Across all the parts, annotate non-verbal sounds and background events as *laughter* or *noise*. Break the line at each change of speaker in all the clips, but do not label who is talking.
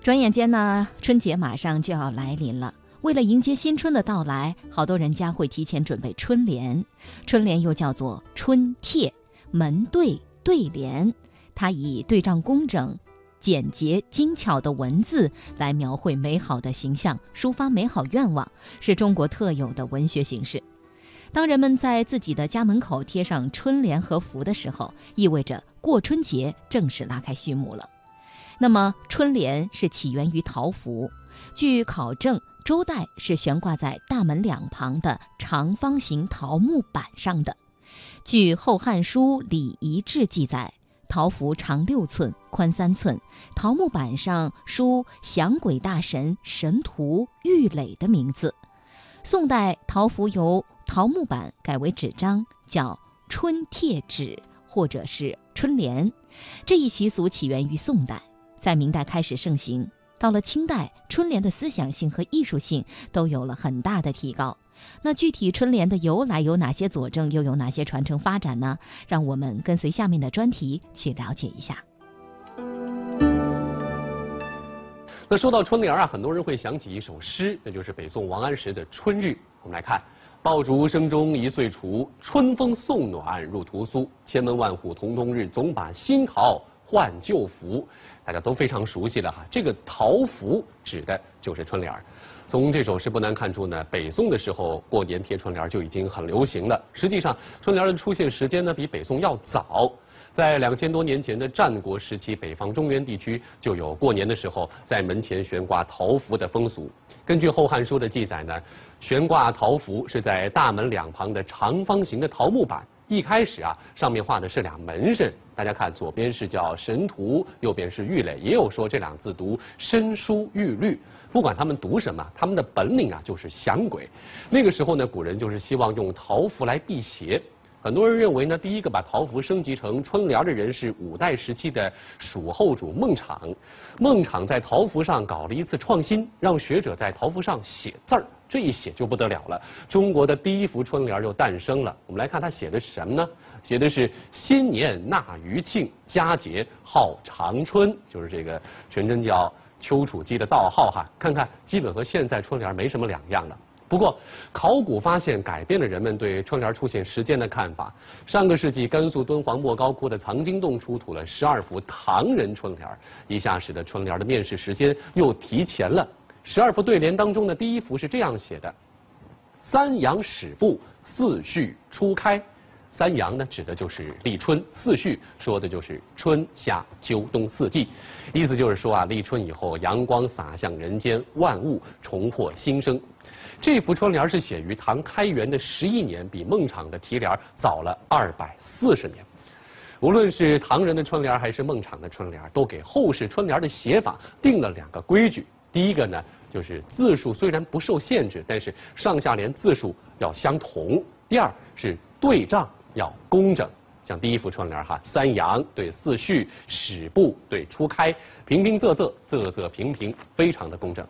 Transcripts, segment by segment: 转眼间呢，春节马上就要来临了。为了迎接新春的到来，好多人家会提前准备春联，春联又叫做春帖、门对、对联，它以对仗工整、简洁精巧的文字来描绘美好的形象，抒发美好愿望，是中国特有的文学形式。当人们在自己的家门口贴上春联和福的时候，意味着过春节正式拉开序幕了。那么，春联是起源于桃符。据考证，周代是悬挂在大门两旁的长方形桃木板上的。据《后汉书·礼仪志》记载，桃符长六寸，宽三寸，桃木板上书降鬼大神神荼郁垒的名字。宋代桃符由桃木板改为纸张，叫春帖纸或者是春联。这一习俗起源于宋代。在明代开始盛行，到了清代，春联的思想性和艺术性都有了很大的提高。那具体春联的由来有哪些佐证，又有哪些传承发展呢？让我们跟随下面的专题去了解一下。
那说到春联啊，很多人会想起一首诗，那就是北宋王安石的《春日》。我们来看：“爆竹声中一岁除，春风送暖入屠苏。千门万户曈曈日，总把新桃换旧符。”大家都非常熟悉了哈。这个桃符指的就是春联儿。从这首诗不难看出呢，北宋的时候过年贴春联儿就已经很流行了。实际上，春联儿的出现时间呢比北宋要早。在两千多年前的战国时期，北方中原地区就有过年的时候在门前悬挂桃符的风俗。根据《后汉书》的记载呢，悬挂桃符是在大门两旁的长方形的桃木板。一开始啊，上面画的是俩门神，大家看，左边是叫神荼，右边是郁垒，也有说这两字读深书玉律。不管他们读什么，他们的本领啊就是降鬼。那个时候呢，古人就是希望用桃符来辟邪。很多人认为呢，第一个把桃符升级成春联的人是五代时期的蜀后主孟昶。孟昶在桃符上搞了一次创新，让学者在桃符上写字儿，这一写就不得了了，中国的第一幅春联就诞生了。我们来看他写的是什么呢？写的是“新年纳余庆，佳节号长春”，就是这个全真叫丘处机的道号哈。看看，基本和现在春联没什么两样了。不过，考古发现改变了人们对春联出现时间的看法。上个世纪，甘肃敦煌莫高窟的藏经洞出土了十二幅唐人春联，一下使得春联的面世时间又提前了。十二幅对联当中的第一幅是这样写的：“三阳始布，四序初开。”三阳呢，指的就是立春；四序说的就是春夏秋冬四季，意思就是说啊，立春以后，阳光洒向人间，万物重获新生。这幅春联是写于唐开元的十一年，比孟昶的题联早了二百四十年。无论是唐人的春联还是孟昶的春联，都给后世春联的写法定了两个规矩。第一个呢，就是字数虽然不受限制，但是上下联字数要相同。第二是对仗。要工整，像第一幅春联哈，三阳对四序，始布对初开，平平仄仄，仄仄平平，非常的工整。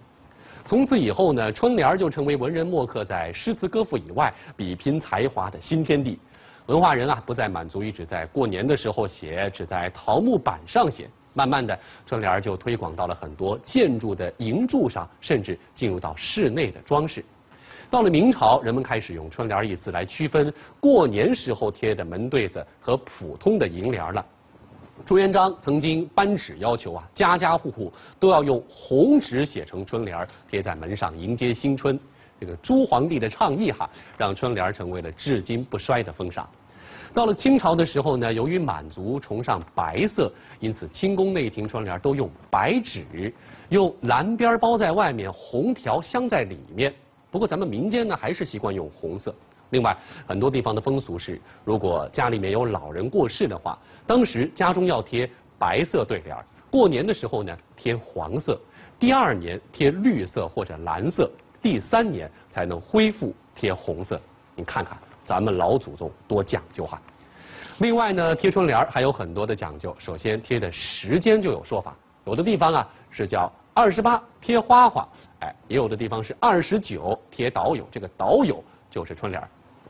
从此以后呢，春联就成为文人墨客在诗词歌赋以外比拼才华的新天地。文化人啊，不再满足于只在过年的时候写，只在桃木板上写。慢慢的，春联就推广到了很多建筑的楹柱上，甚至进入到室内的装饰。到了明朝，人们开始用“春联”一词来区分过年时候贴的门对子和普通的楹联了。朱元璋曾经颁旨要求啊，家家户户都要用红纸写成春联，贴在门上迎接新春。这个朱皇帝的倡议哈，让春联成为了至今不衰的风尚。到了清朝的时候呢，由于满族崇尚白色，因此清宫内廷春联都用白纸，用蓝边包在外面，红条镶在里面。不过咱们民间呢，还是习惯用红色。另外，很多地方的风俗是，如果家里面有老人过世的话，当时家中要贴白色对联儿；过年的时候呢，贴黄色；第二年贴绿色或者蓝色；第三年才能恢复贴红色。你看看，咱们老祖宗多讲究哈、啊。另外呢，贴春联儿还有很多的讲究。首先，贴的时间就有说法，有的地方啊是叫。二十八贴花花，哎，也有的地方是二十九贴倒友，这个倒友就是春联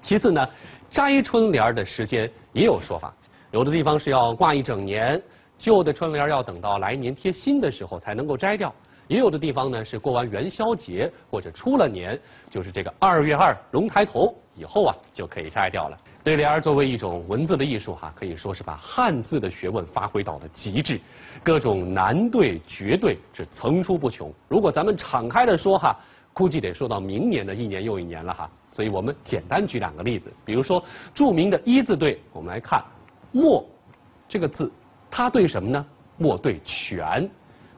其次呢，摘春联的时间也有说法，有的地方是要挂一整年，旧的春联要等到来年贴新的时候才能够摘掉；也有的地方呢是过完元宵节或者出了年，就是这个二月二龙抬头以后啊就可以摘掉了。对联儿作为一种文字的艺术哈、可以说是把汉字的学问发挥到了极致，各种难对绝对是层出不穷。如果咱们敞开的说哈、估计得说到明年的一年又一年了哈。所以我们简单举两个例子，比如说著名的一字对，我们来看“墨”这个字，它对什么呢？墨对全，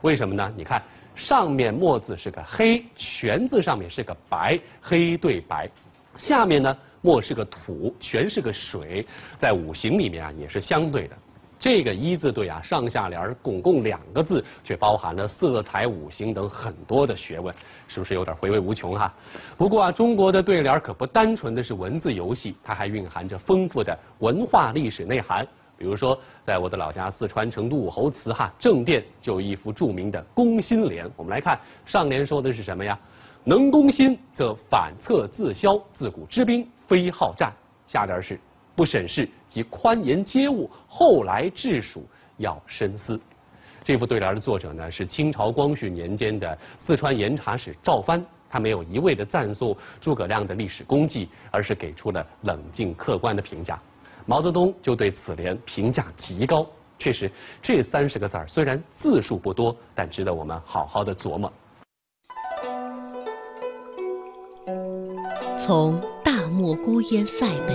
为什么呢？你看上面“墨”字是个黑，“全”字上面是个白，黑对白，下面呢“墨”是个土，“全”是个水，在五行里面啊也是相对的。这个一字对啊，上下联儿总共两个字，却包含了色彩、五行等很多的学问，是不是有点回味无穷哈、不过啊，中国的对联儿可不单纯的是文字游戏，它还蕴含着丰富的文化历史内涵。比如说，在我的老家四川成都武侯祠哈正殿就有一幅著名的攻心联。我们来看上联说的是什么呀？能攻心，则反侧自消；自古知兵，非好战。下联是不审视及宽严接物，后来治蜀要深思。这副对联的作者呢是清朝光绪年间的四川盐茶使赵藩，他没有一味的赞颂诸葛亮的历史功绩，而是给出了冷静客观的评价。毛泽东就对此联评价极高。确实，这三十个字儿虽然字数不多，但值得我们好好的琢磨。
从大漠孤烟塞北，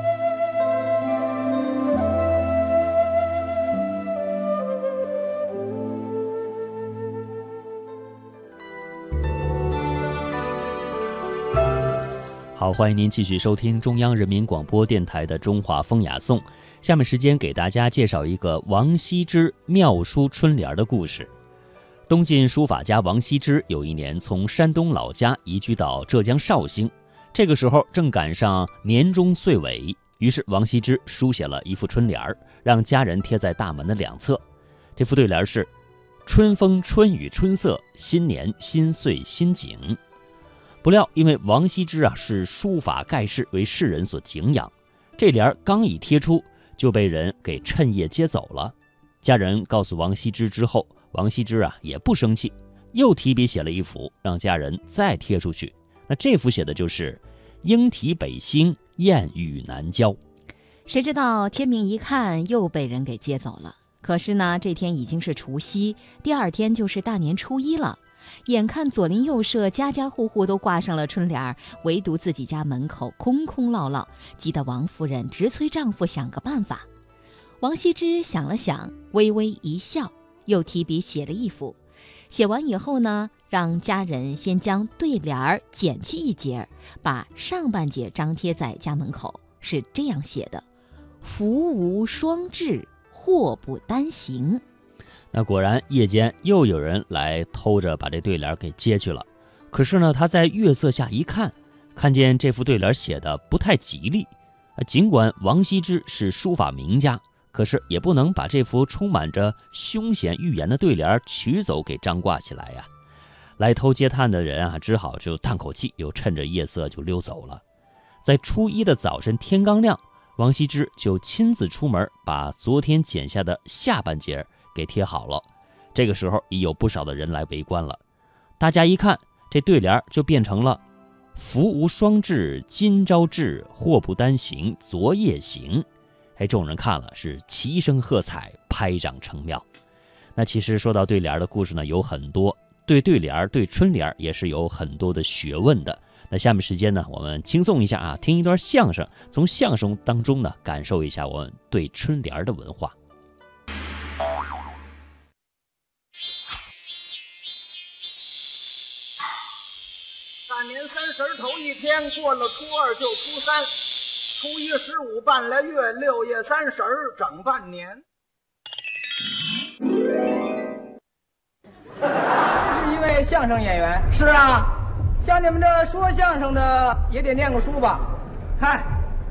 好，欢迎您继续收听中央人民广播电台的《中华风雅颂》。下面时间给大家介绍一个王羲之妙书春联儿的故事。东晋书法家王羲之有一年从山东老家移居到浙江绍兴，这个时候正赶上年终岁尾，于是王羲之书写了一副春联儿，让家人贴在大门的两侧。这副对联儿是：“春风春雨春色，新年新岁新景。”不料，因为王羲之啊是书法盖世，为世人所敬仰，这联儿刚一贴出，就被人给趁夜接走了。家人告诉王羲之之后，王羲之啊也不生气，又提笔写了一幅，让家人再贴出去。那这幅写的就是“莺啼北兴，燕语南郊”。
谁知道天明一看，又被人给接走了。可是呢，这天已经是除夕，第二天就是大年初一了。眼看左邻右舍、家家户户都挂上了春联儿，唯独自己家门口空空落落，急得王夫人直催丈夫想个办法。王羲之想了想，微微一笑，又提笔写了一幅。写完以后呢，让家人先将对联儿剪去一截儿，把上半截张贴在家门口，是这样写的：“福无双至，祸不单行。”
那果然夜间又有人来偷着把这对联给揭去了。可是呢，他在月色下一看，看见这副对联写的不太吉利。呃尽管王羲之是书法名家，可是也不能把这幅充满着凶险预言的对联取走给张挂起来呀、来偷接探的人啊，只好就叹口气，又趁着夜色就溜走了。在初一的早晨天刚亮，王羲之就亲自出门，把昨天剪下的下半截儿给贴好了。这个时候已有不少的人来围观了。大家一看，这对联儿就变成了“福无双至，今朝至；祸不单行，昨夜行”。哎，众人看了是齐声喝彩，拍掌称妙。那其实说到对联儿的故事呢，有很多，对对联儿、对春联儿也是有很多的学问的。那下面时间呢，我们轻松一下啊，听一段相声，从相声当中呢，感受一下我们对春联儿的文化。
大年三十儿头一天过了，初二就初三，初一十五半来月，六月三十儿整半年。
是一位相声演员。
是啊，
像你们这说相声的，也得念过书吧？
嗨，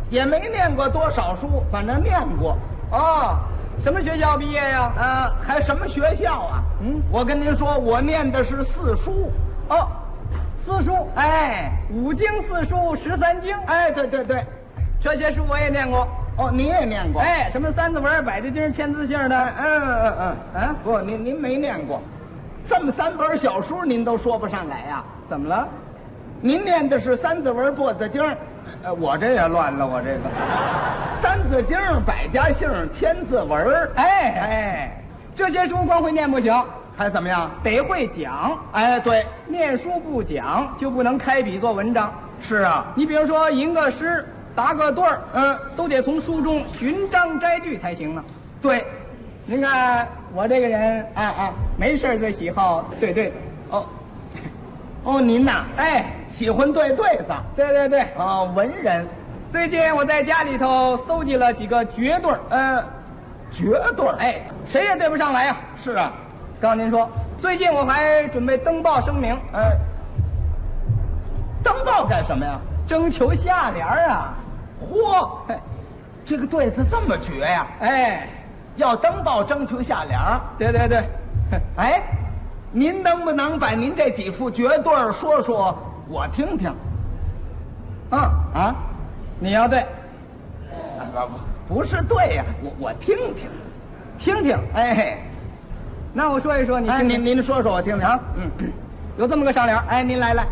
也没念过多少书，反正念过。
哦，什么学校毕业呀？
呃，还什么学校啊？
嗯
我跟您说，我念的是四书。
哦，四书，
哎，
五经四书十三经，
哎，对对对，
这些书我也念过。
哦，你也念过？，
哎，什么三字文、百字经、千字姓
嗯
的，
嗯嗯嗯
啊
嗯，不，您您没念过，这么三本小书您都说不上来呀、
怎么了？
您念的是《三字文》《破字经》，呃，我这也乱了，我这 *laughs* 个《三字经》《百家姓》《千字文》，哎
哎，
哎，
这些书光会念不行，
还怎么样？
得会讲。
哎，对，
念书不讲就不能开笔做文章。
是啊，
你比如说吟个诗、答个对儿，
嗯，
都得从书中寻章摘句才行呢。
对，
您看我这个人，
啊啊，
没事儿就喜好对对的。
哦，哦，您呐，
哎，
喜欢对对子
对对对，
啊，文人，
最近我在家里头搜集了几个绝对儿，
呃，绝对，哎，
哎，谁也对不上来呀、
是啊，
告诉您说，最近我还准备登报声明，
呃，登报干什么呀？
征求下联儿啊。
嚯，这个对子这么绝呀、
哎，
要登报征求下联儿。
对对对，
哎，您能不能把您这几副绝对儿说说，我听听？
嗯啊，你要对，
啊不不是对呀、我我听听。
听听。
哎，
那我说一说，你
哎，
听
您
听。
您说说我听听啊。嗯，
有这么个上联儿，
哎，您来来，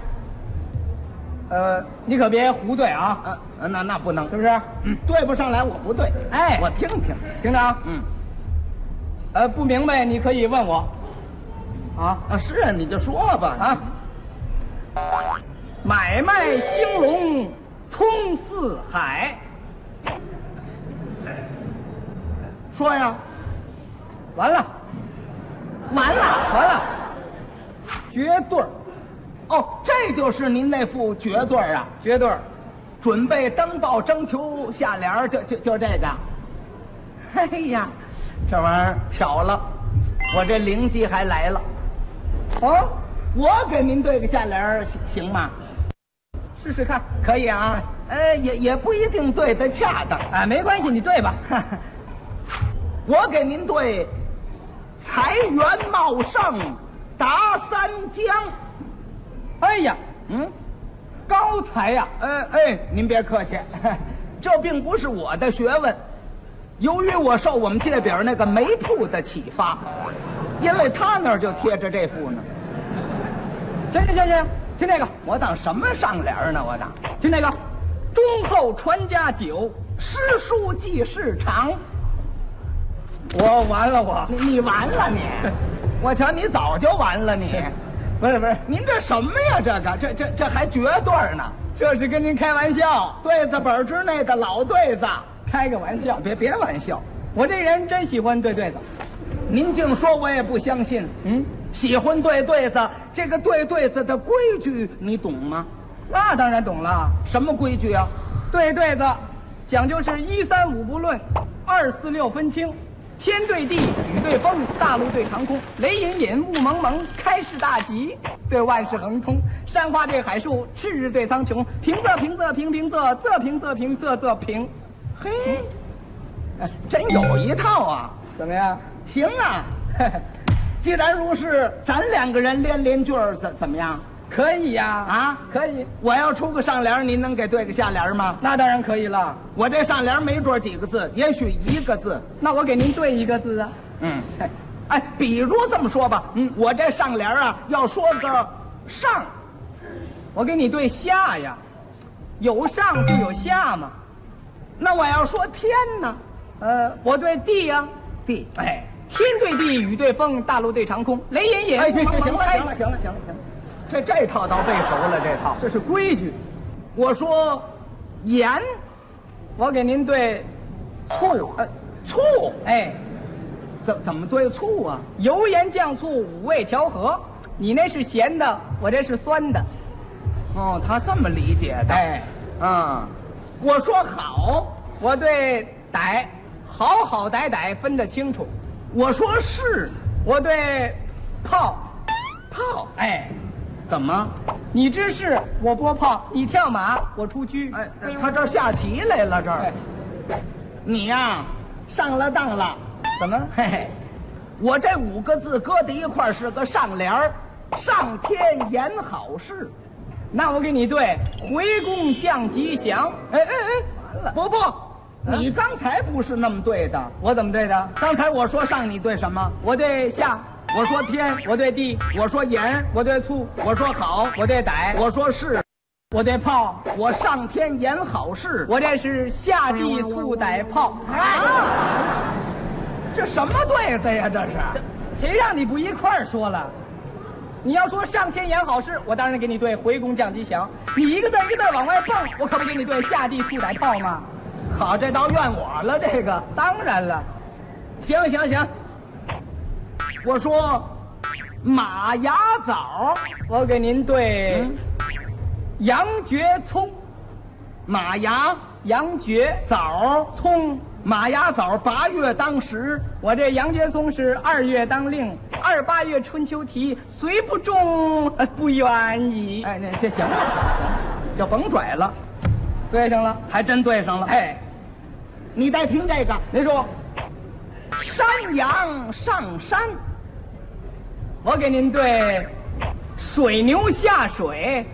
呃，你可别胡对啊，
呃，呃那那不能
是，不是？
对不上来我不对。
哎
我听听。
听着啊，
嗯，
呃，不明白你可以问我，啊
啊是啊，你就说吧啊
啊。，买卖兴隆通四海，
说呀，
完了，
完了
完了，
绝对儿。哦，这就是您那副绝对儿啊，
绝对儿，
准备登报征求下联儿，就就就这个。哎呀，这玩意儿巧了，我这灵机还来了。
哦，
我给您对个下联儿行行吗？
试试看，
可以啊，呃，也也不一定对得恰当。
啊，没关系，你对吧？
我给您对，财源茂盛，达三江。
哎呀，
嗯，
高才啊呀、
呃，哎，您别客气， *laughs* 这并不是我的学问。由于我受我们界饼那个煤铺的启发，因为他那儿就贴着这副呢。
行行行行，听这个，
我当什么上联儿呢？我当
听这个，忠厚传家久，
诗书记事长。
我完了我，
你你完
*laughs*
了你，我瞧你早就完了 *laughs* 你。
不是不是，
您这什么呀？这个这这这还绝对儿呢？
这是跟您开玩笑，
对子本之内的老对子，
开个玩笑，
别别玩笑。
我这人真喜欢对对子，
您净说，我也不相信。
嗯，
喜欢对对子，这个对对子的规矩你懂吗？
那当然懂了。
什么规矩啊？
对对子，讲究是一三五不论，二四六分清，天对地，雨对风，大陆对长空，雷隐隐，雾蒙蒙，开市大吉，对万事亨通，山花对海树，赤日对苍穹，平仄平仄平平仄，仄平仄平仄仄平，嗯
嘿，哎真有一套啊！
怎么样？
行啊， *laughs* 既然如是，咱两个人连连句儿怎怎么样？
可以呀、啊，
啊，
可以，
我要出个上联儿，您能给对个下联儿吗？
那当然可以了。
我这上联儿没准儿几个字，也许一个字。
那我给您对一个字啊，
嗯，哎，比如这么说吧，嗯，我这上联儿啊，要说个上，
我给你对下呀，有上就有下嘛。
那我要说天呢，
呃，我对地呀、
地。
哎，天对地，雨对风，大陆对长空，雷隐隐，
哎，行
雾
行
蒙
行
蒙
了，
开
行了，行了，行了，行了，这这套倒背熟了，这套。
这是规矩。
我说盐，
我给您对，
醋，呃，醋，
哎，
怎怎么对醋啊？
油盐酱醋五味调和，你那是咸的，我这是酸的。
哦，他这么理解的。
哎，
嗯，我说好，
我对歹，好好歹歹分得清楚。
我说是，
我对炮，
泡，
哎，
怎么？
你知是，我拨炮；你跳马，我出车。
哎，他这儿下棋来了，这儿
哎。
你呀、上了当了。怎么？嘿嘿，我这五个字搁在一块儿是个上联儿，上天言好事。
那我给你对，回宫降吉祥。
哎哎哎，
完了，啊
伯伯，你刚才不是那么对的。
我怎么对的？
刚才我说上，你对什么？
我对下，
我说天，
我对地，
我说盐，
我对醋，
我说好，
我对歹，
我说是，
我对炮，
我上天言好事。哎
我这是下地醋歹炮。
啊，这什么对子呀？这是
这谁让你不一块儿说了？你要说上天言好事，我当然给你对回宫降吉祥。你一个字儿一个字儿往外蹦，我可不给你对下地醋歹炮吗？
好，这倒怨我了。这个
当然了，
行行行，我说马牙枣，嗯
我给您对羊角葱、
马牙
羊角
枣
葱。
马牙枣八月当时，
我这杨觉松是二月当令，二八月春秋啼，虽不中，呃不远矣。
哎，那行行了，行了，行了就甭拽了，
对上了，
还真对上了。哎，
哎，
你再听这个，
您说，
山羊上山，
我给您对，水牛下水，